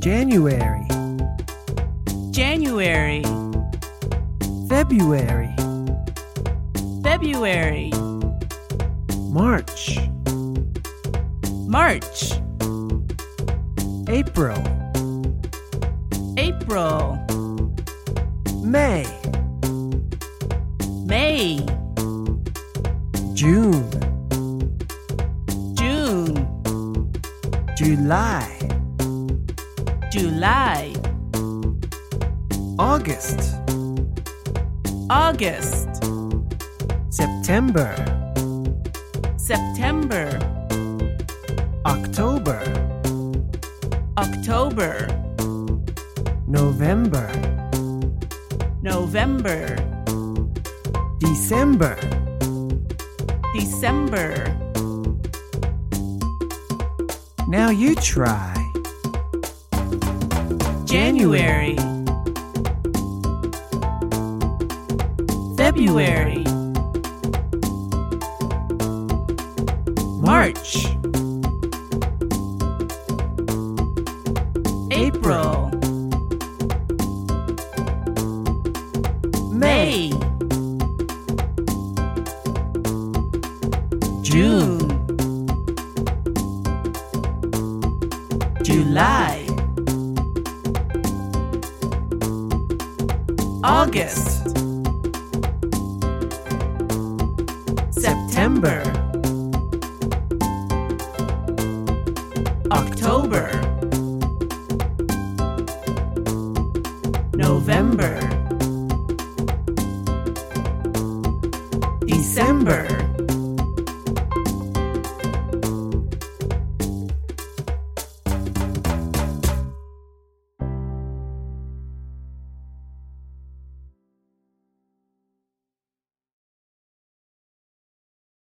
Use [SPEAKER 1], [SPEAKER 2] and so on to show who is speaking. [SPEAKER 1] January,
[SPEAKER 2] January,
[SPEAKER 1] February,
[SPEAKER 2] February,
[SPEAKER 1] March,
[SPEAKER 2] March,
[SPEAKER 1] April,
[SPEAKER 2] April,
[SPEAKER 1] May,
[SPEAKER 2] May,
[SPEAKER 1] June,
[SPEAKER 2] June,
[SPEAKER 1] July,
[SPEAKER 2] July,
[SPEAKER 1] August,
[SPEAKER 2] August,
[SPEAKER 1] September,
[SPEAKER 2] September,
[SPEAKER 1] October,
[SPEAKER 2] October,
[SPEAKER 1] November,
[SPEAKER 2] November,
[SPEAKER 1] December.
[SPEAKER 2] December.
[SPEAKER 1] Now you try.
[SPEAKER 2] January, February, March, April, May, June, July, August, September, October, November, December.